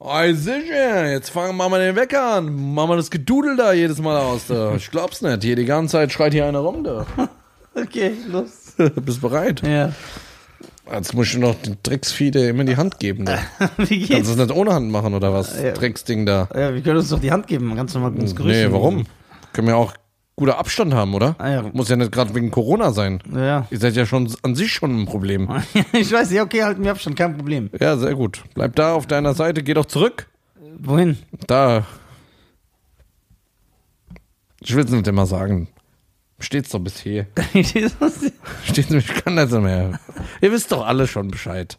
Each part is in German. Ey, sicher, jetzt fangen wir mal den Wecker an. Machen wir das Gedudel da jedes Mal aus. Da. Ich glaub's nicht. Hier die ganze Zeit schreit hier einer rum da. Okay, los. Bist bereit? Ja. Jetzt muss ich noch den Drecksvieh dir immer in die Hand geben. Da. Wie Kannst geht's? du das nicht ohne Hand machen oder was? Äh, Ja. Drecksding da. Ja, wir können uns doch die Hand geben, ganz normal uns grüßen. Nee, warum? Können wir auch guter Abstand haben, oder? Ah, ja. Muss ja nicht gerade wegen Corona sein. Ja. Ah. Ihr seid ja schon an sich schon ein Problem. ich weiß, ja, okay, halt halten wir Abstand, kein Problem. Ja, sehr gut. Bleib da auf deiner Seite, geh doch zurück. Wohin? Da. Ich will's nicht immer sagen. Steht's doch bis hier. Jesus. Steht's nämlich, ich kann das nicht mehr. Ihr wisst doch alle schon Bescheid.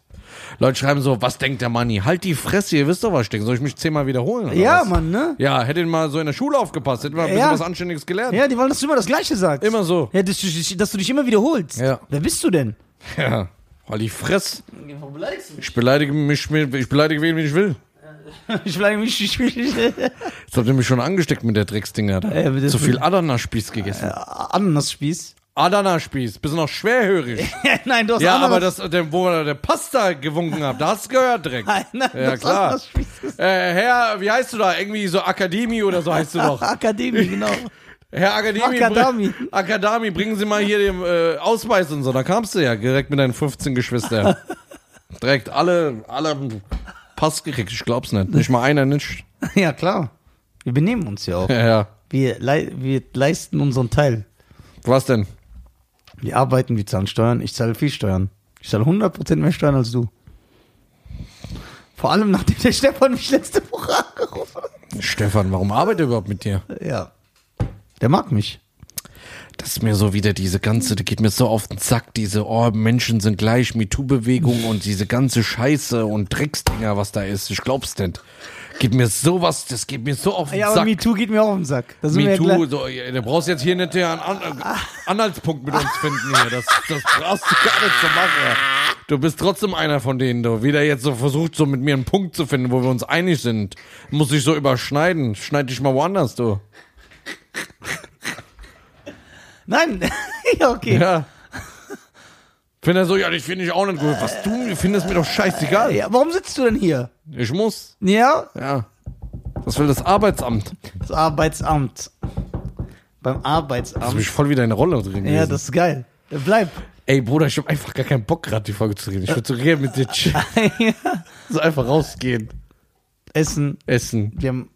Leute schreiben so, was denkt der Manni? Halt die Fresse, ihr wisst doch, was ich denke. Soll ich mich zehnmal wiederholen? Oder ja, was? Mann, ne? Ja, hätte ihn mal so in der Schule aufgepasst, hätte mal ein bisschen Ja. was Anständiges gelernt. Ja, die wollen, dass du immer das Gleiche sagst. Immer so. Ja, dass du, dass du dich immer wiederholst. Ja. Wer bist du denn? Ja. Halt die Fresse. Warum beleidigst du mich? Ich beleidige mich, mit- ich beleidige wen ich will. Ich beleidige mich. Ich, ich, Jetzt habt ihr mich schon angesteckt mit der Drecksdinger da. Ja, aber das- Zu viel Adana-Spieß gegessen. Ananas-Spieß. Adana-Spieß, bist du noch schwerhörig. Nein, du hast ja, Ananas- aber das, der, wo er der Pasta gewunken hat, da hast du gehört direkt. Nein, nein, ja, das klar. Ananas-Spieß ist- Äh, Herr, wie heißt du da? Irgendwie so Akademie oder so heißt du doch. Akademie, genau. Herr Akademie. Akadami. bring- Akadami, bringen Sie mal hier den äh, Ausweis und so. Da kamst du ja direkt mit deinen 15 Geschwistern. direkt alle, alle Pass gekriegt. Ich glaub's nicht. Nicht mal einer, nicht. ja, klar. Wir benehmen uns ja auch. Ja, ja. Wir, lei wir leisten unseren Teil. Was denn? Wir arbeiten, wir zahlen Steuern. Ich zahle viel Steuern. Ich zahle 100% mehr Steuern als du. Vor allem, nachdem der Stefan mich letzte Woche angerufen hat. Stefan, warum arbeitet er überhaupt mit dir? Ja. Der mag mich. Das ist mir so wieder diese ganze, die geht mir so auf den Sack, diese, oh, Menschen sind gleich, MeToo-Bewegung und diese ganze Scheiße und Drecksdinger, was da ist. Ich glaub's nicht. Geht mir sowas, das geht mir so auf den Ja, aber Sack. MeToo geht mir auch auf den Sack. Das sind wir ja MeToo, gleich- so, ja, du brauchst jetzt hier nicht einen An An- Anhaltspunkt mit uns finden hier. Das, das brauchst du gar nicht zu machen. Ja. Du bist trotzdem einer von denen, du. Wieder jetzt so versucht, so mit mir einen Punkt zu finden, wo wir uns einig sind. Muss ich so überschneiden. Schneid dich mal woanders, du. Nein. ja, okay. Ja. Finde er so, ja, dich finde ich auch nicht gut. Was du findest mir doch scheißegal. Ja, warum sitzt du denn hier? Ich muss. Ja, Ja. Das will das Arbeitsamt. das Arbeitsamt. Beim Das Arbeitsamt. bin ich voll wieder in der Rolle drin. Ja, gewesen. das ist geil. Bleib. Ey, Bruder, ich habe einfach gar keinen Bock gerade die Folge zu reden. Ich würde so gerne mit dir chillen. so einfach rausgehen, Essen. essen. Wir haben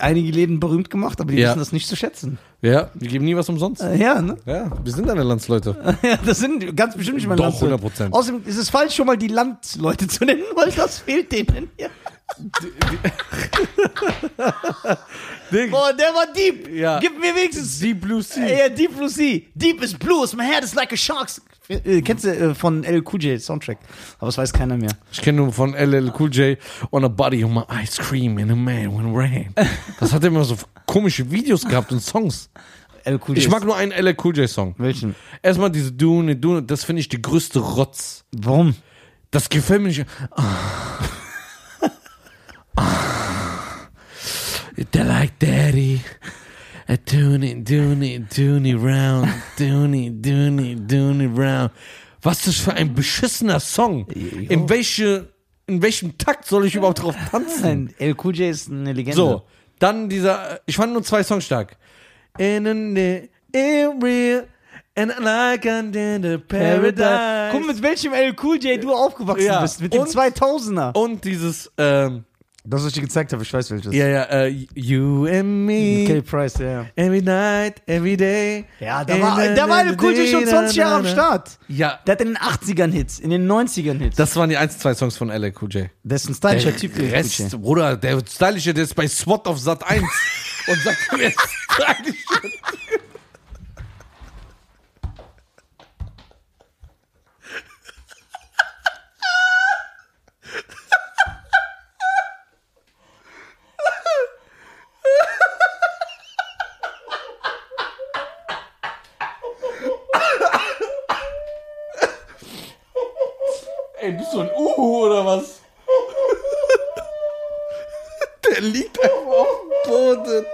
einige Läden berühmt gemacht, aber die Ja. wissen das nicht zu schätzen. Ja, wir geben nie was umsonst. Äh, Ja, ne? Ja, wir sind deine Landsleute. Ja, das sind ganz bestimmt nicht meine Doch, Landsleute. 100%. Außerdem ist es falsch, schon mal die Landleute zu nennen, weil das fehlt denen. Ja. Boah, der war deep. Ja. Gib mir wenigstens. Sea Blue Sea. Ja, Deep Blue Sea. Deep is blue, my head is like a shark's. Äh, kennst du äh, von LQJ Soundtrack? Aber es weiß keiner mehr. Ich kenne nur von LL Cool J on a body on my ice cream in a man when rain. Das hat immer so komische Videos gehabt und Songs. LQJ. Ich mag nur einen LL Cool J Song. welchen? Erstmal diese Dune, Dune, Ne, das finde ich die größte Rotz. Warum? Das gefällt mir nicht. Ah. Ah. They like daddy. A Dooney, Dooney, Dooney round. Dooney, Dooney, Dooney round. Was ist für ein beschissener Song? In, welche, in welchem Takt soll ich überhaupt drauf tanzen? Nein, LQJ ist eine Legende. So, dann dieser, ich fand nur zwei Songs stark. In an area and like I'm in the paradise. Guck, mit welchem LQJ du aufgewachsen Ja. bist. Mit dem Und- Oh. 2000er. und dieses, ähm, Das, was ich dir gezeigt habe, ich weiß welches. ja, ja, äh, You and Me, Kelly Price, ja. every night, every day. ne, Ja, da war, da war eine Kulti schon 20 Jahre am Start. Ja, Der hat in den 80ern Hits, in den 90ern Hits. das waren die ein, zwei Songs von LL Cool J. das ist ein stylischer Typ. der Rest, LQJ. Bruder, Äh, der Stylische, der ist bei SWAT auf Sat 1 und sagt mir, Stylische. Ey, bist du ein Uhu oder was? Der liegt einfach auf dem Boden.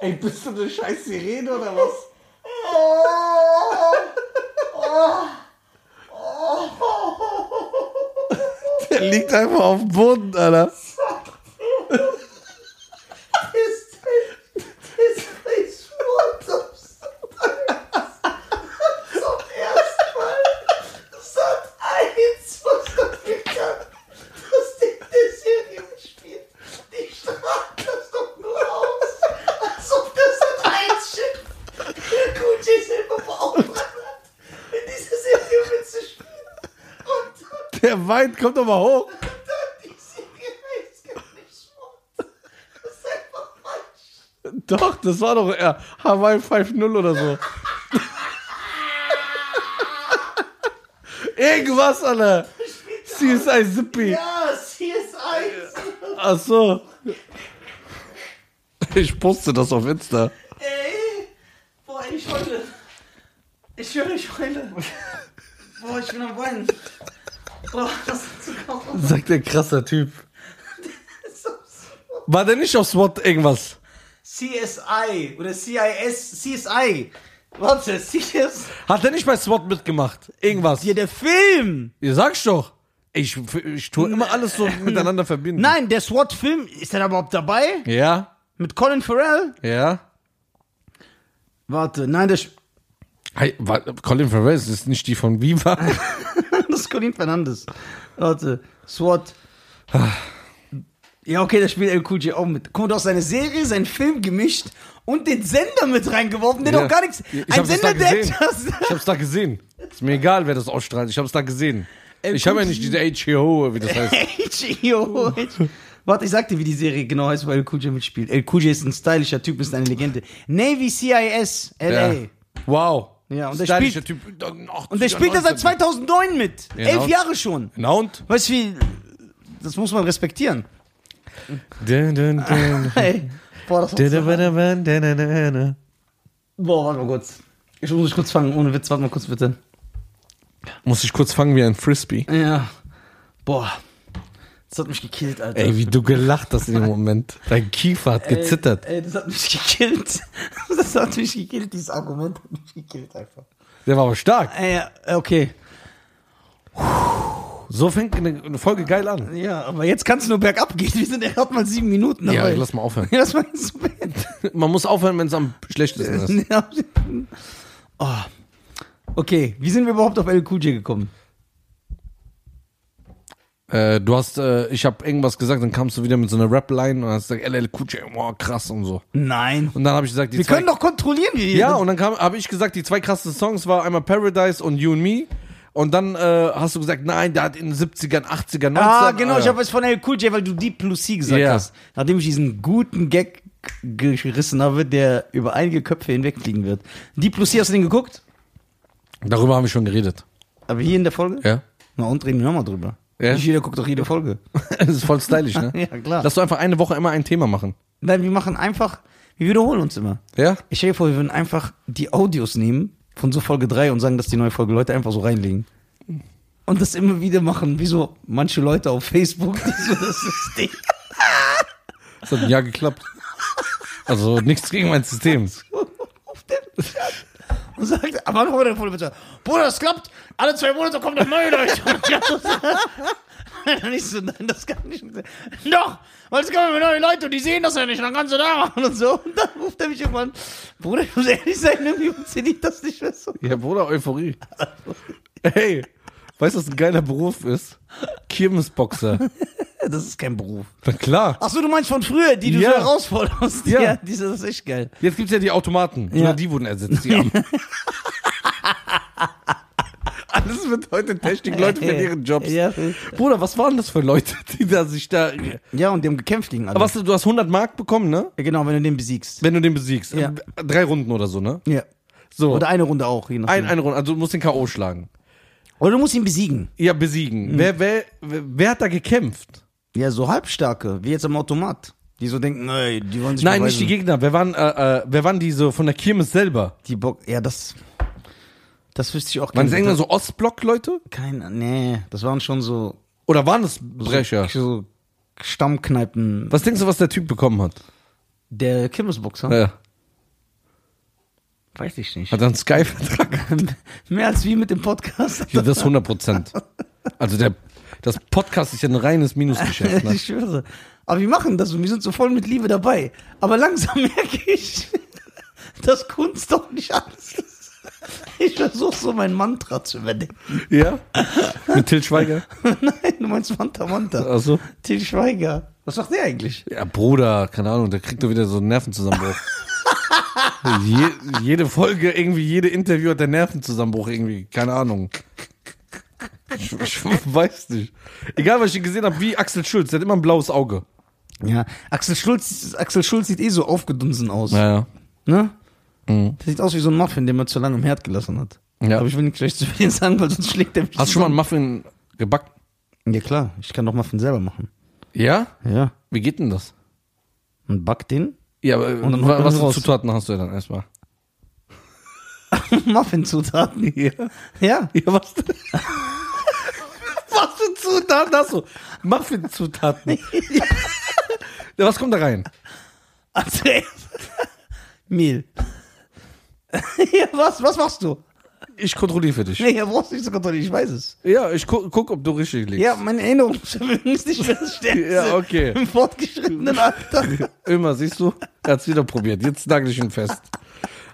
Ey, bist du eine scheiß Sirene oder was? Der liegt einfach auf dem Boden, Alter. Der weint, kommt doch mal hoch. Doch, das war doch ja, Hawaii 5-0 oder so. Irgendwas, Alter. CSI Zippy. Ja, CSI. Ach so. Ich poste das auf Insta. Ey. Boah, ey, ich heule. Ich höre, ich heule. Boah, ich bin am Weinen. Boah, das ist zu kaum. Sagt der krasser Typ. War der nicht auf SWAT irgendwas? CSI oder CIS, CSI. Warte, CSI. Hat er nicht bei SWAT mitgemacht? Irgendwas. Ja, der Film. Ihr sagst doch. Ich, ich tue immer alles so miteinander verbinden. Nein, der SWAT-Film. Ist der da überhaupt dabei? Ja, Mit Colin Farrell? ja. Warte, nein, der... Sch- Hey, wa- Colin Farrell das ist nicht die von Viva. das ist Colin Fernandes. Warte, SWAT. Ja, okay, das spielt El Cool J auch mit. Guck mal, du hast seine Serie, seinen Film gemischt und den Sender mit reingeworfen, der Ja. doch gar nichts. Ich Ein hab's Sender, da der gesehen. das. Ich hab's da gesehen. Ist mir egal, wer das ausstrahlt. Ich hab's da gesehen. Ey, ich habe gut. ja nicht diese HEO, wie das heißt. H.E.O. E Warte, ich sag dir, wie die Serie genau heißt, wo El Cool J mitspielt. El Cool J ist ein stylischer Typ, ist eine Legende. Navy CIS, LA. Ja. Wow. Ja, und der Stylischer spielt- Typ. Und der spielt da Genau. seit 2009 mit. Elf Jahre schon. Na und? Weißt du, wie. Das muss man respektieren. Dun, dun, dun. Hey. Boah, das Dun, dun, dun, dun, dun, dun, dun, dun. Boah, warte mal kurz. Ich muss mich kurz fangen, ohne Witz, warte mal kurz bitte. Muss ich kurz fangen wie ein Frisbee. Ja. Boah. Das hat mich gekillt, Alter. Ey, wie du gelacht hast in dem Moment. Dein Kiefer hat gezittert. Ey, das hat mich gekillt. Das hat mich gekillt, dieses Argument hat mich gekillt einfach. Der war aber stark. Ey, ja, okay. So fängt eine eine Folge geil an. Ja, aber jetzt kann es nur bergab gehen. Wir sind ja gerade mal sieben Minuten Ja, dabei. lass mal aufhören. Ja, lass mal ins Bett. Man muss aufhören, wenn es am Äh, schlechtesten ist. Ja. oh. Okay, wie sind wir überhaupt auf LQJ gekommen? Äh, du hast, äh, ich habe irgendwas gesagt, dann kamst du wieder mit so einer Rap-Line und hast gesagt, LL Cool J, wow, krass und so. Nein. Und dann habe ich gesagt, die Wir zwei... können doch kontrollieren, wie wir ja, und dann habe ich gesagt, die zwei krassen Songs waren einmal Paradise und You and Me. Und dann äh, hast du gesagt, nein, der hat in den 70ern, 80ern, 90ern... Ah, genau, äh, ich habe es von El Cool J, weil du Deep Plus C gesagt Ja. hast. Nachdem ich diesen guten Gag gerissen habe, der über einige Köpfe hinwegfliegen wird. Deep Plus C, hast du den geguckt? Darüber haben wir schon geredet. Aber hier in der Folge? Ja. Na und reden wir nochmal drüber. Ja. Nicht jeder guckt doch jede Folge. das ist voll stylisch, ne? Ja, klar. Lass du einfach eine Woche immer ein Thema machen. Nein, wir machen einfach, wir wiederholen uns immer. Ja? Ich stelle vor, wir würden einfach die Audios nehmen von so Folge 3 und sagen, dass die neue Folge Leute einfach so reinlegen. Und das immer wieder machen, wie so manche Leute auf Facebook, die so das System. Das hat ein Jahr geklappt. Also nichts gegen mein System. ruft der mich an und sagt, aber warum der Polizei? Bruder, das klappt. Alle zwei Monate kommt eine neue Leute. Und ich so, nein, das kann nicht. sein. Doch, weil es kommen immer neue Leute und die sehen das ja nicht, dann kannst du da machen und so. Und dann ruft er mich irgendwann, Bruder, ich muss ehrlich sein, irgendwie funktioniert das nicht mehr so. Ja, Bruder, Euphorie. Hey, weißt du, was ein geiler Beruf ist? Kirmesboxer. Das ist kein Beruf. Na klar. Ach so, du meinst von früher, die du Ja. so herausforderst. Ja. diese, das ist echt geil. Jetzt gibt's ja die Automaten. Ja. Nur die wurden ersetzt. Die Armen. Alles wird heute Technik. Leute verlieren Jobs. Ja, Bruder, was waren das für Leute, die da sich da... ja und die haben gekämpft gegen alle. Aber was, du hast 100 Mark bekommen, ne? Ja, genau, wenn du den besiegst. Wenn du den besiegst. Ja. Drei Runden oder so, ne? Ja. So. Oder eine Runde auch, je nachdem. Ein, eine Runde, also du musst den K.O. schlagen. Oder du musst ihn besiegen. Ja, besiegen. Mhm. Wer, wer, wer, wer hat da gekämpft? Ja, so halbstarke, wie jetzt am Automat. Die so denken, ey, die wollen sich Nein, nicht beweisen. die Gegner. Wer waren, äh, äh, wer waren die so von der Kirmes selber? Die Bock, ja, das, das wüsste ich auch Waren es gerne. irgendwann so Ostblock-Leute? Kein, nee, das waren schon so, Oder waren es Brecher? so Stammkneipen. Was denkst du, was der Typ bekommen hat? Der Kirmesboxer, Ja. Weiß ich nicht. Hat er einen Sky-Vertrag? Mehr als wie mit dem Podcast. Ja, Das 100 Prozent. Also der, das Podcast ist ja ein reines Minusgeschäft. Ne? ich schwöre. Aber wir machen das und wir sind so voll mit Liebe dabei. Aber langsam merke ich, dass Kunst doch nicht alles ist. Ich versuche so mein Mantra zu überdenken. Ja? Mit Till Schweiger? Nein, du meinst Manta Manta. Also? Til Schweiger. Was macht der eigentlich? Ja, Bruder, keine Ahnung, der kriegt doch wieder so einen Nervenzusammenbruch. Je, jede Folge, irgendwie, jede Interview hat der Nervenzusammenbruch irgendwie, keine Ahnung. Ich, ich weiß nicht. Egal, was ich gesehen habe, wie Axel Schulz, der hat immer ein blaues Auge. Ja, Axel Schulz, Axel Schulz sieht eh so aufgedunsen aus. Ja, Mhm. Ne? Der sieht aus wie so ein Muffin, den man zu lange im Herd gelassen hat. Ja. Aber ich will nichts Schlechtes über den sagen, weil sonst schlägt der mich. Hast du schon mal einen Muffin gebacken? zusammen. Ja klar, ich kann doch Muffin selber machen. Ja? Ja. Wie geht denn das? Und back den Ja, aber Und dann holt wa- man was ihn für raus. Zutaten hast du ja dann erstmal? Muffin-Zutaten. Ja. Ja. Ja, was denn? was für Zutaten hast du? Muffin-Zutaten. ja, was kommt da rein? Also, Mehl. ja, was, was machst du? Ich kontrolliere für dich. Nee, ja, brauchst du nicht zu kontrollieren, ich weiß es. Ja, ich gu guck, ob du richtig liegst. Ja, meine Erinnerungsvermögen ist nicht mehr das Stärkste. Ja, okay. Im fortgeschrittenen Alter. Immer, siehst du? Er hat's wieder probiert. Jetzt nagel ich ihn fest.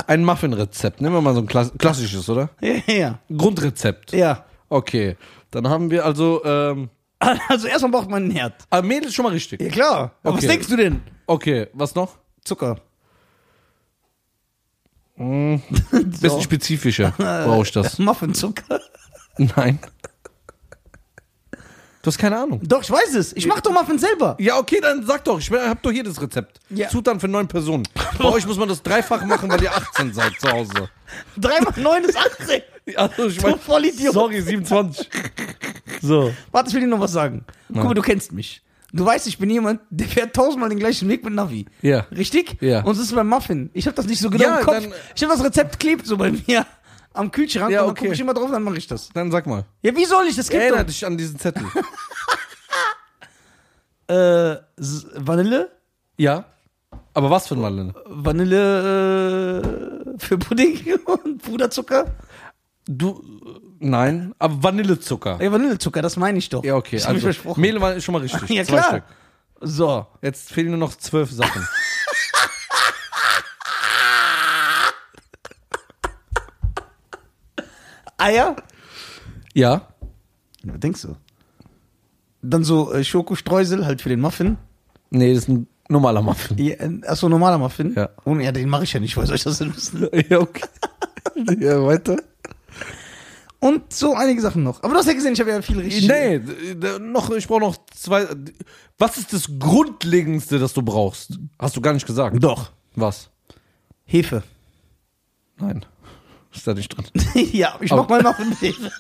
Ein Muffin-Rezept. Nehmen wir mal so ein Klass klassisches, oder? ja, ja. Grundrezept. Ja. Okay. Dann haben wir also, ähm, Also erstmal braucht man einen Herd. ah, Mehl ist schon mal richtig. Ja klar. Aber Okay. was denkst du denn? Okay, was noch? Zucker. Bisschen spezifischer brauche ich das. Muffinzucker. Nein. Du hast keine Ahnung. Doch, ich weiß es. Ich mach doch Muffin selber. Ja, okay, dann sag doch. Ich hab doch hier das Rezept. Ja. Zutaten für neun Personen. Bei euch muss man das dreifach machen, weil ihr 18 seid zu Hause. 3 mal 9 ist 18. Also, ich Du Vollidiot. Sorry, 27. So. Warte, ich will dir noch was sagen. Guck mal, du kennst mich. Du weißt, ich bin jemand, der fährt tausendmal den gleichen Weg mit Navi. Ja. Richtig? Ja. Und es ist beim Muffin. Ich habe das nicht so genau Ja, im Kopf. dann- äh, ich habe das Rezept klebt so bei mir am Kühlschrank Ja, und dann okay. Äh, gucke ich immer drauf, dann mache ich das. Dann sag mal. Ja, wie soll ich das? Gibt Erinner doch. dich an diesen Zettel. Äh, S- Vanille? ja. Aber was für ein Marlene? Vanille äh, für Pudding und Puderzucker? Du. Nein. Aber Vanillezucker. Ja, Vanillezucker, das meine ich doch. Ja, okay. Ich hab mich Also, versprochen. Mehl war schon mal richtig. ja, Zwei klar. Stück. So. Jetzt fehlen nur noch zwölf Sachen. Eier? ja. Ja, denkst du? Dann so äh, Schokostreusel halt für den Muffin. Nee, das ist ein normaler Muffin. Ja, äh, achso, normaler Muffin? Ja. Und ja, den mache ich ja nicht, weil soll ich das denn wissen? Ja, okay. ja, weiter. Und so einige Sachen noch. Aber du hast ja gesehen, ich habe ja viel richtig. Nee, d- d- noch, ich brauche noch zwei. Was ist das Grundlegendste, das du brauchst? Hast du gar nicht gesagt. Doch. Was? Hefe. Nein. Ist da nicht drin. ja, ich mach mal Muffin mit Hefe.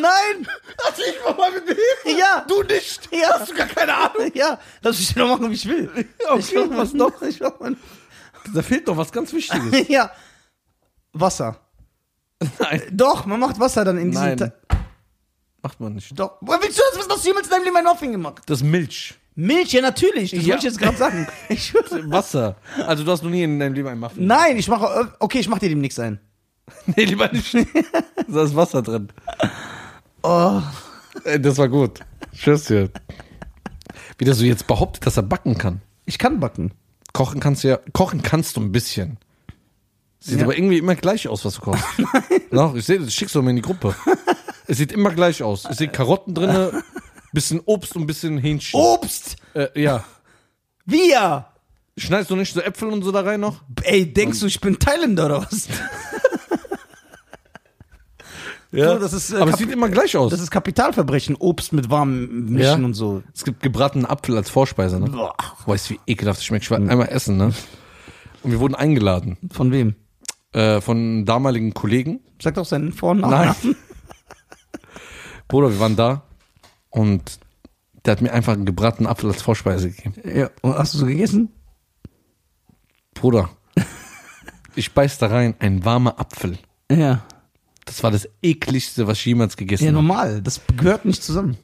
Nein! Hast Also ich mach mal mit Hefe? Ja! Du nicht? Ja. Hast du gar keine Ahnung? Ja, lass mich doch machen, wie ich will. Ich okay. mach was noch. Ich mach mal. Da fehlt doch was ganz Wichtiges. ja. Wasser. Nein. Doch, man macht Wasser dann in diesem Nein. Teig. Macht man nicht. Doch. Woher Willst du das wissen? Hast du jemals in deinem Leben einen Muffin gemacht? Das Milch. Milch, ja natürlich. Das Ja. wollte ich jetzt gerade sagen. Ich schwöre. Wasser. Also du hast noch nie in deinem Leben einen Muffin. Nein, ich mache. äh, Okay, ich mache dir demnächst ein. Nee, lieber nicht. da ist Wasser drin. Oh. Ey, Das war gut. Tschüss dir. Wie der so jetzt behauptet, dass er backen kann. Ich kann backen. Kochen kannst du ja, kochen kannst du ein bisschen. Sieht Ja. aber irgendwie immer gleich aus, was du kochst. Doch, ich sehe das, schickst du mir in die Gruppe. Es sieht immer gleich aus. Ich sehe Karotten drinne, bisschen Obst und bisschen Hähnchen. Obst! Äh, ja. Wir! Schneidest du nicht so Äpfel und so da rein noch? Ey, denkst du, ich bin Thailänder oder was? Ja. So, das ist, äh, aber es Kap- sieht immer gleich aus. Das ist Kapitalverbrechen. Obst mit warmem Mischen Ja. und so. Es gibt gebratenen Apfel als Vorspeise, ne? Boah. Weißt du, wie ekelhaft das schmeckt? Ich war einmal essen, ne? Und wir wurden eingeladen Von wem? äh, von einem damaligen Kollegen. Sag doch seinen Vor- und Nein. Nachnamen. Bruder, wir waren da und der hat mir einfach einen gebratenen Apfel als Vorspeise gegeben. Ja. Und hast du so gegessen? Bruder, ich beiß da rein, ein warmer Apfel. Ja. Das war das ekligste, was ich jemals gegessen Ja, habe. normal. Das gehört nicht zusammen.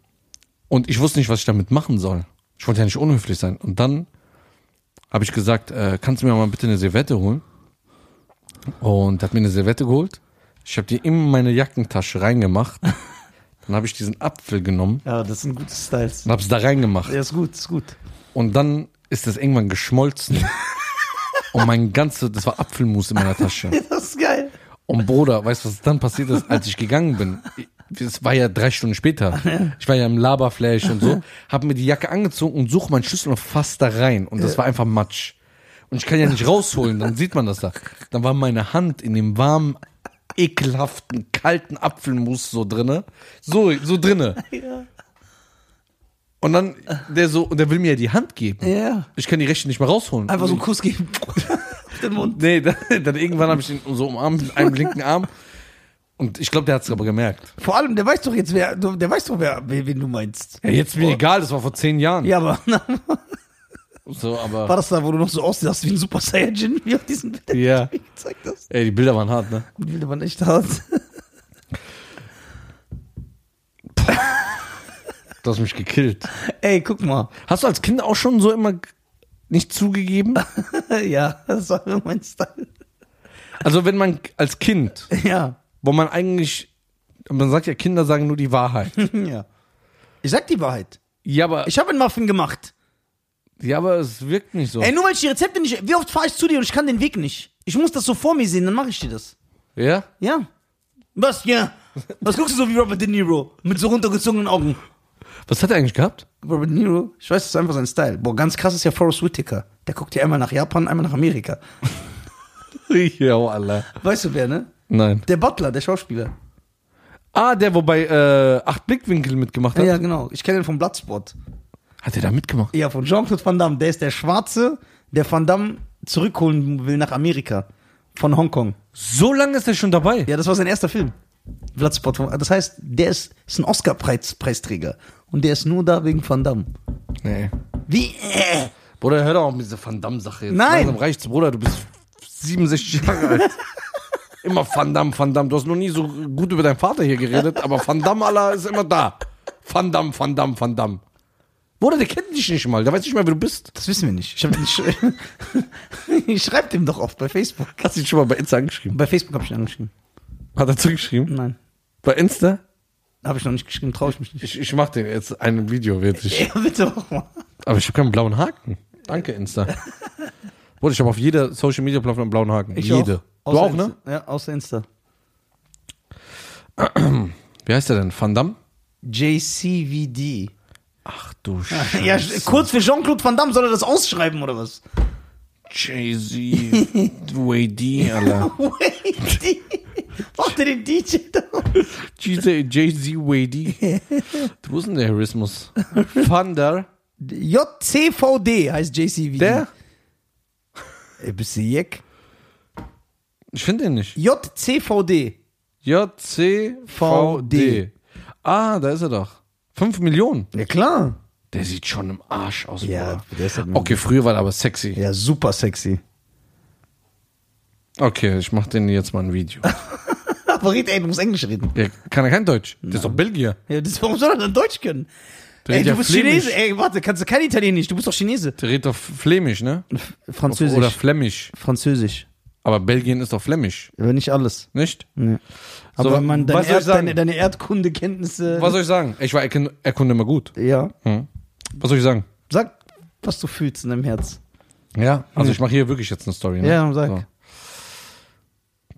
Und ich wusste nicht, was ich damit machen soll. Ich wollte ja nicht unhöflich sein. Und dann habe ich gesagt, äh, kannst du mir mal bitte eine Servette holen? Und hat mir eine Servette geholt. Ich habe die in meine Jackentasche reingemacht. Dann habe ich diesen Apfel genommen Ja, das sind gute Styles. und habe es da reingemacht. Ja, ist gut, ist gut. Und dann ist das irgendwann geschmolzen. und mein ganze, das war Apfelmus in meiner Tasche. Das ist geil. Und Bruder, weißt du, was dann passiert ist, als ich gegangen bin? Ich- Es war ja drei Stunden später. Ich war ja im Laberflash und so, hab mir die Jacke angezogen und suche meinen Schlüssel und fass da rein. Und das war einfach Matsch. Und ich kann ja nicht rausholen, dann sieht man das da. Dann war meine Hand in dem warmen, ekelhaften, kalten Apfelmus so drinne. So, so drinne. Und dann, der so, und der will mir ja die Hand geben. Ja. Ich kann die rechte nicht mehr rausholen. Einfach so einen Kuss geben. Auf den Mund. Nee, dann, dann irgendwann habe ich ihn so umarmt mit einem linken Arm. Und ich glaube, der hat es aber gemerkt. Vor allem, der weiß doch jetzt, wer, der weiß doch, wer, wen wen du meinst. Ja, jetzt mir egal, das war vor zehn Jahren. Ja, aber na, So, war aber. das da, wo du noch so aussahst wie ein Super Saiyajin, wie auf diesem Bild Ja. wie gezeigt hast? Ey, die Bilder waren hart, ne? Die Bilder waren echt hart. Du hast mich gekillt. Ey, guck mal. Hast du als Kind auch schon so immer nicht zugegeben? Ja, das war immer mein Style. Also, wenn man als Kind, Ja, wo man eigentlich. Man sagt ja, Kinder sagen nur die Wahrheit. ja. Ich sag die Wahrheit. Ja, aber, Ich habe einen Muffin gemacht. ja, aber es wirkt nicht so. Ey, nur weil ich die Rezepte nicht. Wie oft fahre ich zu dir und ich kann den Weg nicht? Ich muss das so vor mir sehen, dann mache ich dir das. Ja? Ja. Was, ja? Was guckst du so wie Robert De Niro? Mit so runtergezogenen Augen. Was hat er eigentlich gehabt? Robert De Niro, ich weiß, das ist einfach sein Style. Boah, ganz krass ist ja Forrest Whitaker. Der guckt ja einmal nach Japan, einmal nach Amerika. ja, oh, Allah. Weißt du wer, ne? Nein. Der Butler, der Schauspieler. Ah, der, wobei äh, acht Blickwinkel mitgemacht Ja, hat. ja genau. Ich kenne ihn vom Bloodsport. Hat er da mitgemacht? Ja, von Jean-Claude Van Damme. Der ist der Schwarze, der Van Damme zurückholen will nach Amerika. Von Hongkong. So lange ist er schon dabei. Ja, das war sein erster Film. Bloodsport. von- Das heißt, der ist, ist ein Oscar-Preisträger. Und der ist nur da wegen Van Damme. Nee. Wie? Äh? Bruder, hör doch auf mit dieser Van Damme-Sache jetzt. Nein. Langsam reicht's, Bruder, du bist 67 Jahre alt. Immer Van Damme, Van Damme. Du hast noch nie so gut über deinen Vater hier geredet, aber Van Damme aller ist immer da. Van Damme, Van Damme, Van Damme. Bruder, der kennt dich nicht mal. Der weiß nicht mal, wer du bist. Das wissen wir nicht. Ich, hab den Sch ich schreibe dem doch oft bei Facebook. Hast du ihn schon mal bei Insta angeschrieben? Bei Facebook habe ich ihn angeschrieben. Hat er zugeschrieben? Nein. Bei Insta? Habe ich noch nicht geschrieben, traue ich mich nicht. Ich, ich mach dir jetzt ein Video, wirklich. Ja, bitte mach mal. Aber ich habe keinen blauen Haken. Danke, Insta. Bruder, ich habe auf jeder Social Media Plattform einen blauen Haken. Ich Jede. Außer Du auch, Insta. ne? Ja, außer Insta. Wie heißt der denn? Van Damme? JCVD. Ach du Scheiße. Ja, kurz für Jean-Claude Van Damme soll er das ausschreiben oder was? Jay-Z, Way-D, Alter. Wait, Macht er den DJ da? Jay-Z, Way-D. Wo ist denn der Herismus? Thunder. JCVD heißt JCVD. Der? Ey, Äh, bist du Jeck? Ich finde den nicht. JCVD. J-C-V-D. Ah, da ist er doch. 5 Millionen. Ja, klar. Der sieht schon im Arsch aus. Ja, Bruder. der ist halt- Okay, früher war er aber sexy. Ja, super sexy. Okay, ich mach denen jetzt mal ein Video. Aber red, Ah, ey, du musst Englisch reden. Der kann er kein Deutsch. Der ist doch Belgier. Ja, das, warum soll er dann Deutsch können? Der ey, redet du ja bist Flämisch. Chinese. Ey, warte, kannst du kein Italienisch? Du bist doch Chinese. Der redet doch flämisch, ne? Französisch. Oder flämisch. Französisch. Aber Belgien ist doch flämisch, Aber nicht alles. nicht? Nee. Aber So, man, deine, was soll ich Erd, sagen? deine, deine Erdkundekenntnisse. Was soll ich sagen? Ich war Erken- Erkunde immer gut. ja. Hm. Was soll ich sagen? Sag, was du fühlst in deinem Herz. Ja, also ich mache hier wirklich jetzt eine Story. Ne? Ja, sag. So.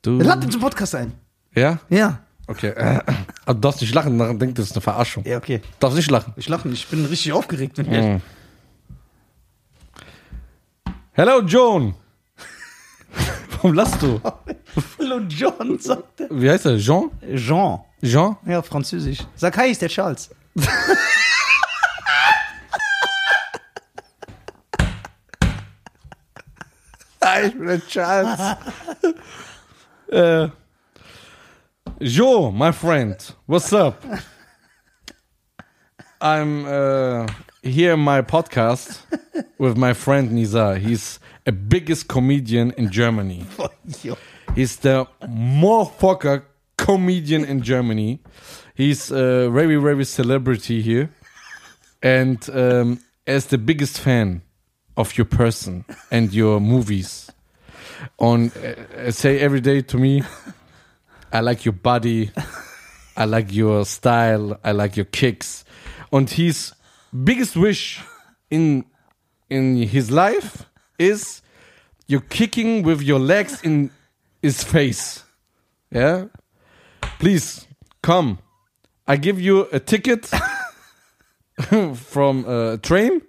Du. Lad ihn zum Podcast ein. Ja? Ja. Okay. Äh, aber du darfst nicht lachen, dann denkt das ist eine Verarschung. Ja, okay. Du darfst nicht lachen. Ich lache nicht, ich bin richtig aufgeregt. Wenn wir- Hello, Joan. Warum lachst du? Hallo John, sagt er. Wie heißt er? Jean? Jean. Jean? Ja, französisch. Sag, hi, ist der Charles. Nein, ich bin der Charles. äh, Joe, my friend. What's up? I'm uh, here in my podcast with my friend Nizar. He's a biggest comedian in Germany. Boah, jo. He's the motherfucker comedian in Germany. He's a very, very celebrity here. And um, er ist the biggest fan of your person and your movies. On uh, say every day to me, I like your body, I like your style, I like your kicks. Und his biggest wish in in his life is you're kicking with your legs in his face. Yeah? Please come. I give you a ticket from a train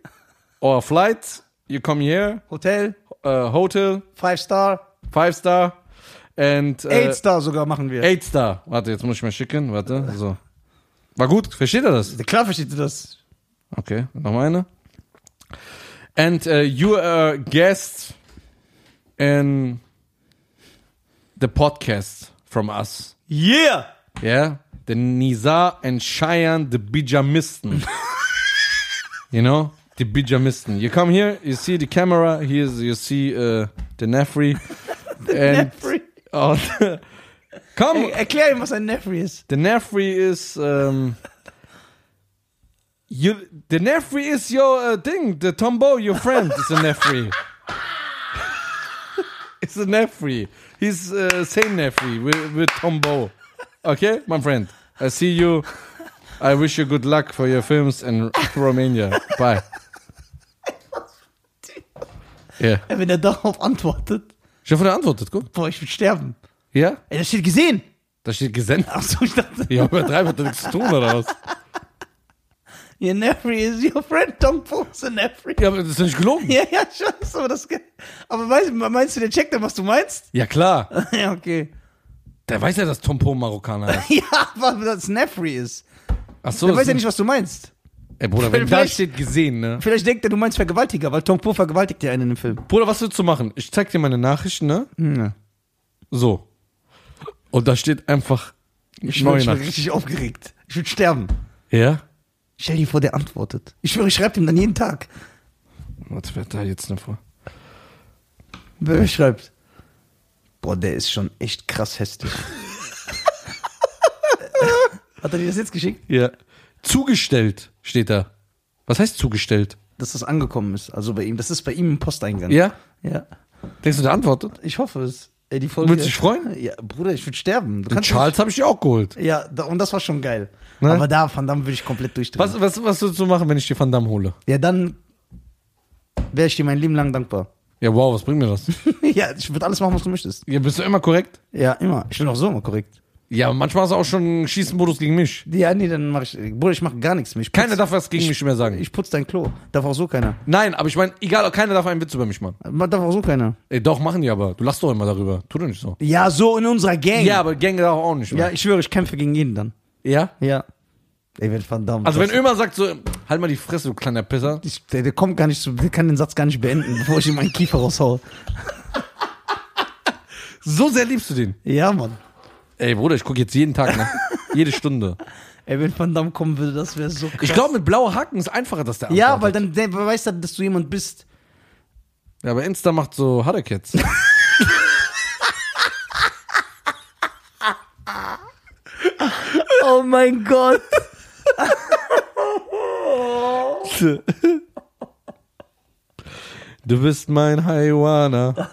or a flight. You come here, Hotel, uh, hotel, Five Star, five star and uh, Äh, Eight Star sogar machen wir. eight star. Warte, jetzt muss ich mal schicken. Warte, so. War gut, versteht er das? Klar versteht ihr das. Okay, noch eine. And uh, you are a guest in the podcast from us. Yeah! Yeah, the Nizar and Cheyenne, the Bijamisten. you know, the Bijamisten. You come here, you see the camera. Here's you see uh, the Nefri. and Nefri. Oh, come, Erklär ihm, was ein Nefri ist. the Nefri is um, you. The Nefri is your uh, thing. The Tombo, your friend, is a Nefri. it's a Nefri. He's uh, same Nefri with, with Tombo. Okay, my friend. I see you. I wish you good luck for your films in Romania. Bye. Ja. Ey, Wenn er darauf antwortet, Ich hoffe, der antwortet. Guck. boah, ich will sterben. Ja? Ey, das steht gesehen. Da steht gesendet. Achso, ich dachte, Ja, übertreibt hat da nichts zu tun, oder was? your Nefri is your friend Tom Pose Nefri. Ja, aber das ist nicht gelogen. Ja, ja, ich weiß, aber das. Aber weißt, meinst du, der checkt dann, was du meinst? Ja, klar. ja, okay. Der weiß ja, dass Tompo Marokkaner ist. Ja, aber das Nefri ist. Ach so, Der das weiß ja ist- nicht, was du meinst. Ey, Bruder, wenn da Vielleicht- steht gesehen, ne? Vielleicht denkt er, du meinst Vergewaltiger, weil Tom Poe vergewaltigt ja einen in dem Film. Bruder, was willst du machen? Ich zeig dir meine Nachrichten, ne? So. Und da steht einfach Ich bin neue schon Nachricht. richtig aufgeregt. Ich würde sterben. Ja? Stell dir vor, der antwortet. Ich schwöre, ich schreibe ihm dann jeden Tag. Was wird da jetzt noch vor? Wer schreibt? Boah, der ist schon echt krass hässlich. Hat er dir das jetzt geschickt? Ja. Zugestellt steht da. Was heißt zugestellt? Dass das angekommen ist, also bei ihm. Das ist bei ihm im Posteingang. Ja? Ja. Denkst du, der antwortet? Ich hoffe es. Ey, die Folge. Würdest du dich freuen? Ja, Bruder, ich würde sterben. Du Den Charles habe ich dir auch geholt. Nicht, ja, da, und das war schon geil. Ne? Aber da, Van Damme, würde ich komplett durchdrehen. Was, was, was willst du machen, wenn ich dir Van Damme hole? Ja, dann wäre ich dir mein Leben lang dankbar. Ja, wow, was bringt mir das? ja, ich würde alles machen, was du möchtest. ja, bist du immer korrekt? Ja, immer. Ich bin auch so immer korrekt. Ja, manchmal hast du auch schon Schießenmodus gegen mich. Ja, nee, dann mache ich. Bruder, ich mache gar nichts mehr. Ich putz- Keiner darf was gegen mich mehr sagen. Ich putz dein Klo. Darf auch so keiner. Nein, aber ich meine, egal, keiner darf einen Witz über mich machen. Ma- Darf auch so keiner. Ey, doch, machen die aber. Du lachst doch immer darüber. Tu doch nicht so. Ja, so in unserer Gang. Ja, aber Gänge darf auch nicht ja mehr. ich schwöre, ich kämpfe gegen jeden dann. Ja? Ja. Ey, wenn verdammt. Also wenn das- Ömer sagt so, halt mal die Fresse, du kleiner Pisser. ich, der, der kommt gar nicht zu. Der kann den Satz gar nicht beenden, bevor ich ihm meinen Kiefer raushaue. So sehr liebst du den. Ja, Mann. Ey, Bruder, ich gucke jetzt jeden Tag, ne? Jede Stunde. Ey, wenn Van Damme kommen würde, das wäre so krass. Ich glaube, mit blauer Haken ist einfacher, dass der ja, weil antwortet. dann der weiß er, dass du jemand bist. Ja, aber Insta macht so Hadekets. Oh mein Gott. Du bist mein Haiwana.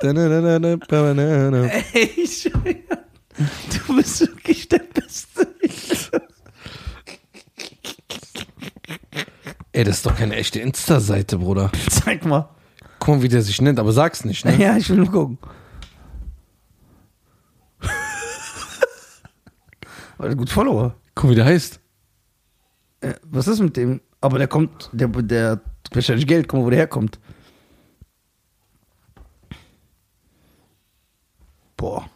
Bruder, Ey, ich schwöre, du bist wirklich der Beste. Ey, das ist doch keine echte Insta-Seite, Bruder. Zeig mal. Guck mal, wie der sich nennt, aber sag's nicht, ne? Ja, ich will nur gucken. Weil gut Follower. Guck, mal, wie der heißt. Äh, Was ist mit dem? Aber der kommt, der, der hat wahrscheinlich Geld, guck mal, wo der herkommt. Boah,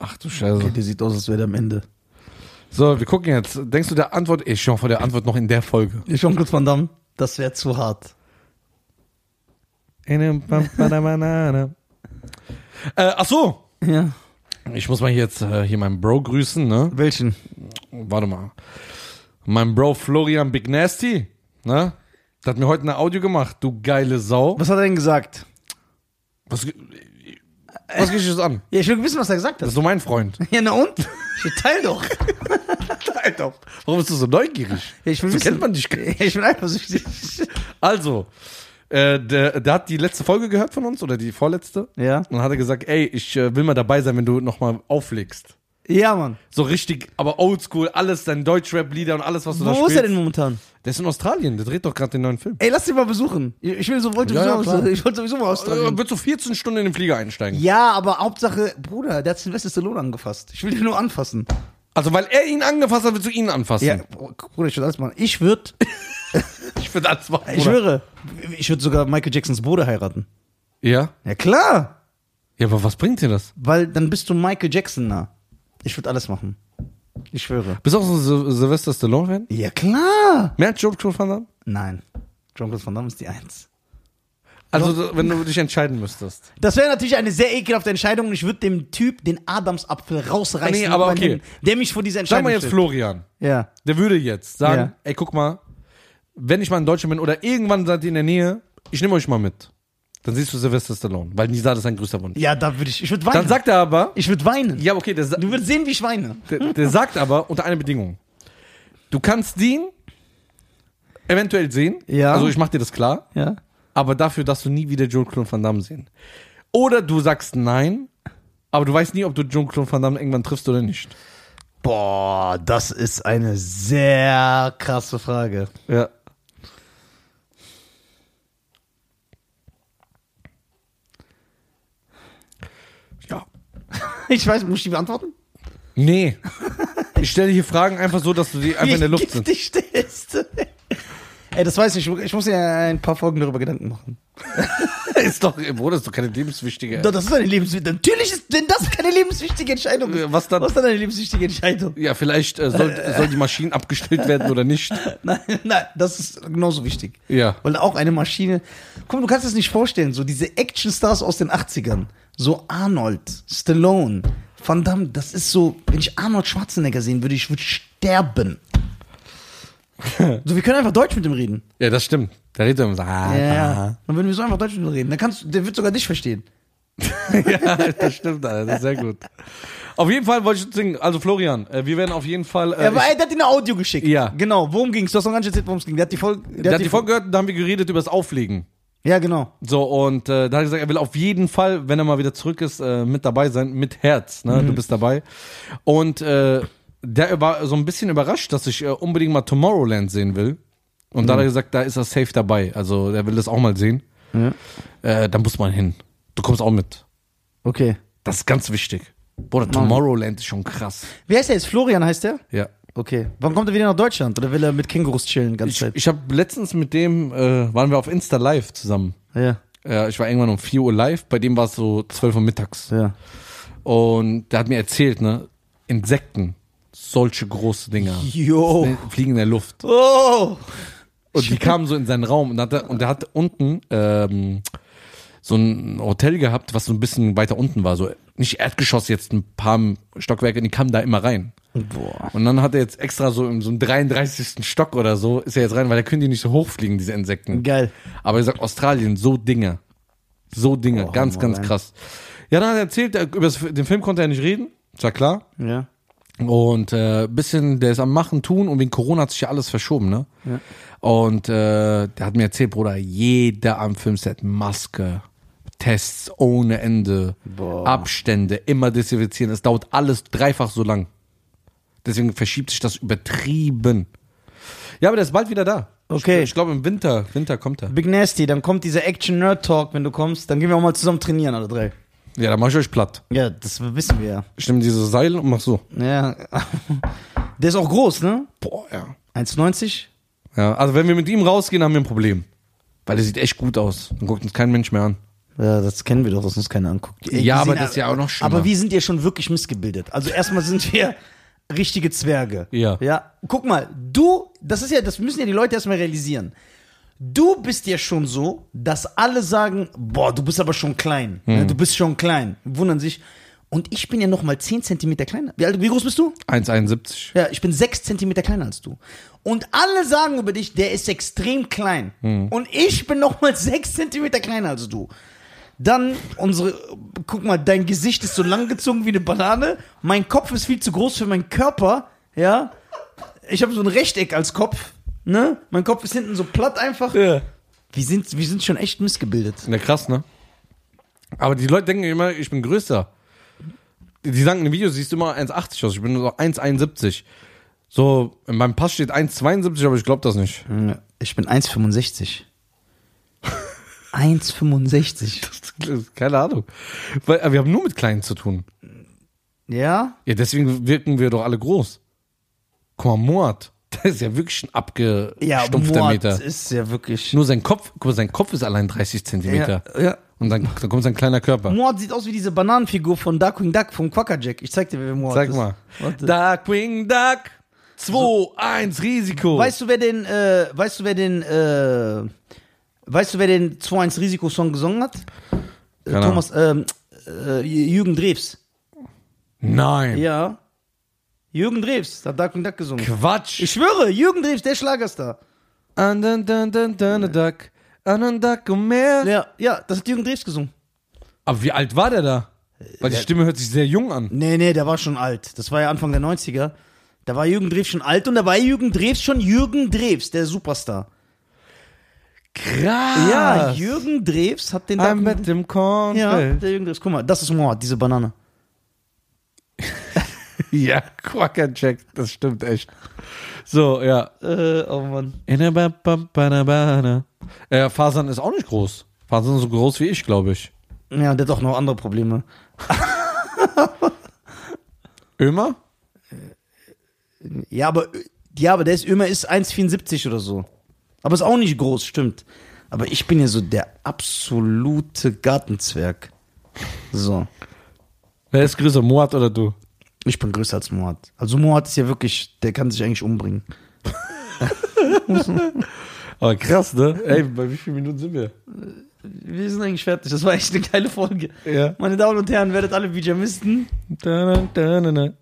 Ach du Scheiße. der sieht aus, als wäre der am Ende. So, wir gucken jetzt. Denkst du, der Antwort, ich hoffe, der Antwort noch in der Folge. Jean-Claude Van Damme, das wäre zu hart. äh, ach so. Ja. Ich muss mal jetzt äh, hier meinen Bro grüßen, ne? Welchen? Warte mal. Mein Bro Florian Big Nasty, ne? Der hat mir heute ein Audio gemacht, du geile Sau. Was hat er denn gesagt? Was, Was geht dich das an? Ja, ich will wissen, was er gesagt Das hat. ist doch mein Freund. Ja, na und? Ich teil doch. teil doch. Warum bist du so neugierig? Ja, ich will so wissen- kennt man dich. gar nicht. Ich bin eifersüchtig. Also, äh, der, der hat die letzte Folge gehört von uns oder die vorletzte. Ja. Und dann hat er gesagt, ey, ich äh, will mal dabei sein, wenn du nochmal auflegst. Ja, Mann. So richtig, aber oldschool, alles, dein Deutschrap-Lieder und alles, was du da Wo spielst. ist er denn momentan? Der ist in Australien, der dreht doch gerade den neuen Film. Ey, lass ihn mal besuchen. Ich ich will so, wollte Ja, ja, sowieso, klar. ich wollte sowieso mal Äh, austragen. wird so 14 Stunden in den Flieger einsteigen. Ja, aber Hauptsache, Bruder, der hat Sylvester Stallone angefasst. Ich will den nur anfassen. Also, weil er ihn angefasst hat, willst du ihn anfassen. Ja, Bruder, ich würde alles machen. Ich würde, Ich würde das machen. Bruder. ich schwöre, ich würde sogar Michael Jacksons Bruder heiraten. Ja? Ja, klar. Ja, aber was bringt dir das? Weil dann bist du Michael Jackson nah. Ich würde alles machen. Ich schwöre. Bist du auch so ein Sy- Sylvester Stallone-Fan? Ja, klar. Mehr als Joe Van Damme? Nein. Jean-Claude Van Damme ist die Eins. Also, wenn du dich entscheiden müsstest. Das wäre natürlich eine sehr ekelhafte Entscheidung. und Ich würde dem Typ den Adamsapfel rausreißen, Nee, aber und meinen, okay. der mich vor dieser Sag Entscheidung mal jetzt stellt. Florian. Ja. Der würde jetzt sagen, Ja. ey, guck mal, wenn ich mal in Deutschland bin oder irgendwann seid ihr in der Nähe, ich nehme euch mal mit. Dann siehst du Sylvester Stallone, weil Nisa das ist ein größter Wunsch. Ja, da würde ich, ich würde weinen. Dann sagt er aber, ich würde weinen. ja, okay, der, sa- Du würdest sehen, wie ich weine. der, der sagt aber unter einer Bedingung. Du kannst ihn eventuell sehen, Ja. also ich mach dir das klar, Ja. aber dafür darfst du nie wieder John Claude Van Damme sehen. Oder du sagst nein, aber du weißt nie, ob du John Claude Van Damme irgendwann triffst oder nicht. Boah, das ist eine sehr krasse Frage. Ja. Ja. Ich weiß, muss ich die beantworten? Nee. Ich stelle hier Fragen einfach so, dass du die einfach in der Luft sind. giftig der ist. Ey, das weiß ich. nicht. Ich muss mir ein paar Folgen darüber Gedanken machen. ist doch, Bruder, ist doch keine lebenswichtige. Doch, Das ist eine lebenswichtige. Natürlich ist denn das keine lebenswichtige Entscheidung. Äh, was dann? Was ist dann eine lebenswichtige Entscheidung? Ja, vielleicht äh, soll, soll die Maschinen abgestellt werden oder nicht. Nein, nein, das ist genauso wichtig. Ja. Weil auch eine Maschine. Komm, du kannst es nicht vorstellen, so diese Actionstars aus den 80ern, so Arnold, Stallone, Van Damme, das ist so, wenn ich Arnold Schwarzenegger sehen würde, ich würde sterben. so, wir können einfach Deutsch mit ihm reden. Ja, das stimmt. Da redet er immer so. ah, Ja. Dann würden wir so einfach Deutsch mit ihm reden. Dann kannst du, der wird sogar dich verstehen. ja, das stimmt, Alter. Das ist sehr gut. Auf jeden Fall wollte ich singen. Also, Florian, äh, wir werden auf jeden Fall. Äh, Ja, aber ich, ey, der hat dir eine Audio geschickt. Ja. Genau, worum ging's? Du hast noch gar nicht erzählt, worum es ging. Der hat die Folge. der hat die Folge gehört, da haben wir geredet über das Auflegen. Ja, genau. So, und äh, da hat er gesagt, er will auf jeden Fall, wenn er mal wieder zurück ist, äh, mit dabei sein, mit Herz, ne? Du bist dabei. Und äh, der war so ein bisschen überrascht, dass ich äh, unbedingt mal Tomorrowland sehen will. Und da hat er gesagt, da ist er safe dabei. Also, er will das auch mal sehen. Äh, da muss man hin. Du kommst auch mit. Okay. Das ist ganz wichtig. Bruder, Tomorrowland ist schon krass. Wer heißt der jetzt? Florian heißt der? Ja. Okay. Wann kommt er wieder nach Deutschland? Oder will er mit Kängurus chillen die ganze Ich, Zeit? ich habe letztens mit dem, äh, waren wir auf Insta live zusammen. Ja, Äh, ich war irgendwann um 4 Uhr live, bei dem war es so 12 Uhr mittags. ja. Und der hat mir erzählt, ne? Insekten, solche große Dinger. Jo. Fliegen in der Luft. Oh. Und die kamen so in seinen Raum und, hat, er- und der hat unten ähm, so ein Hotel gehabt, was so ein bisschen weiter unten war. So nicht Erdgeschoss, jetzt ein paar Stockwerke, und die kamen da immer rein. Boah. Und dann hat er jetzt extra so in so einem 33. Stock oder so, ist er jetzt rein, weil da können die nicht so hochfliegen, diese Insekten. Geil. Aber er sagt, Australien, so Dinge. So Dinge, Oh, ganz, ganz Mann. krass. Ja, dann hat er erzählt, er, über das- den Film konnte er nicht reden, ist ja klar. Ja. Und äh, bisschen, der ist am Machen, Tun und wegen Corona hat sich ja alles verschoben, ne? Und äh, der hat mir erzählt, Bruder, jeder am Filmset Maske, Tests ohne Ende, Boah. Abstände, immer desinfizieren. Es dauert alles dreifach so lang. Deswegen verschiebt sich das übertrieben. Ja, aber der ist bald wieder da. Okay. Ich, ich glaube, im Winter, Winter kommt er. Big Nasty, dann kommt dieser Action Nerd Talk, wenn du kommst. Dann gehen wir auch mal zusammen trainieren, alle drei. Ja, dann mach ich euch platt. Ja, das wissen wir ja. Ich nehme dieses Seil und mach so. Ja. Der ist auch groß, ne? Boah, ja. 1,90? ja. Also, wenn wir mit ihm rausgehen, haben wir ein Problem. Weil der sieht echt gut aus. Dann guckt uns kein Mensch mehr an. Ja, das kennen wir doch, dass uns keiner anguckt. Ey, Ja, wir aber sehen das ist ja auch noch schlimmer. Aber wir sind ja schon wirklich missgebildet. Also erstmal sind wir richtige Zwerge. Ja. Ja. Guck mal, du, das ist ja, das müssen ja die Leute erstmal realisieren. Du bist ja schon so, dass alle sagen, boah, du bist aber schon klein. Hm. Ne, Du bist schon klein. Wundern sich. Und ich bin ja noch mal 10 Zentimeter kleiner. Wie, alt, wie groß bist du? 1,71. Ja, ich bin sechs Zentimeter kleiner als du. Und alle sagen über dich, der ist extrem klein. Und ich bin nochmal sechs Zentimeter kleiner als du. Dann unsere, guck mal, dein Gesicht ist so lang gezogen wie eine Banane. Mein Kopf ist viel zu groß für meinen Körper. Ja. Ich habe so ein Rechteck als Kopf. Ne? Mein Kopf ist hinten so platt einfach. Ja. Wir sind, wir sind schon echt missgebildet. Ja, krass, ne? Aber die Leute denken immer, ich bin größer. Die- Die sagen in den Videos, siehst du immer 1,80 aus. Ich bin nur so 1,71. So, in meinem Pass steht 1,72, aber ich glaube das nicht. Ich bin 1,65. 1,65. Keine Ahnung. Weil, aber wir haben nur mit Kleinen zu tun. Ja? Ja, deswegen wirken wir doch alle groß. Guck mal, Moat. Der ist ja wirklich ein Ja, abgestumpfter Mord Meter. ist ja wirklich. Nur sein Kopf, guck mal, sein Kopf ist allein 30 Zentimeter. Ja, ja. Und dann, dann kommt sein kleiner Körper. Mord sieht aus wie diese Bananenfigur von Darkwing Duck, vom Quackerjack. Ich zeig dir, wer Mord Sag ist. mal. Warte. Darkwing Duck. 2, 1, Risiko. Weißt du, wer den, äh, weißt du, wer den, äh, weißt du, wer den 2-1 Risiko-Song gesungen hat? Äh, Keine Thomas, ähm, äh, Jürgen Drews. Nein. Ja. Jürgen Drews hat Darkwing Duck gesungen. Quatsch. Ich schwöre, Jürgen Drews, der Schlagerstar. An den, den, den, den, den Duck. An den Duck und mehr. Ja, ja, das hat Jürgen Drews gesungen. Aber wie alt war der da? Weil die Stimme hört sich sehr jung an. Nee, nee, der war schon alt. Das war ja Anfang der 90er. Da war Jürgen Drews schon alt und da war Jürgen Drews schon Jürgen Drews, der Superstar. Krass. Ja, Jürgen Drews hat den I'm Darkwing- mit dem Korn. Ja, der Jürgen Drews. Guck mal, das ist Mord, diese Banane. ja Quackerjack. Das stimmt echt. So, ja. Äh, oh Mann. In a ba- ba- ba- na- ba- na. Äh, Fasan ist auch nicht groß. Fasan ist so groß wie ich, glaube ich. Ja, der hat auch noch andere Probleme. Ömer? Ja, aber, ja, aber der ist immer ist 1,74 oder so. Aber ist auch nicht groß, stimmt. Aber ich bin ja so der absolute Gartenzwerg. So. Wer ist größer, Moat oder du? Ich bin größer als Moat. Also Moat ist ja wirklich, der kann sich eigentlich umbringen. Aber krass, ne? Ey, bei wie vielen Minuten sind wir? Wir sind eigentlich fertig. Das war echt eine geile Folge. Ja. Meine Damen und Herren, werdet alle Pyjamisten. Da, da, da, da, da.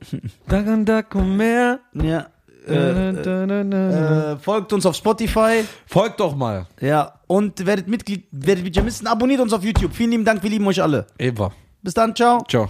Da, da, da, komm her. Ja. Da, Äh, da, da, da. äh, folgt uns auf Spotify. Folgt doch mal. Ja. Und werdet Mitglied, werdet Pyjamisten. Abonniert uns auf YouTube. Vielen lieben Dank, wir lieben euch alle. Eva. Bis dann, ciao. Ciao.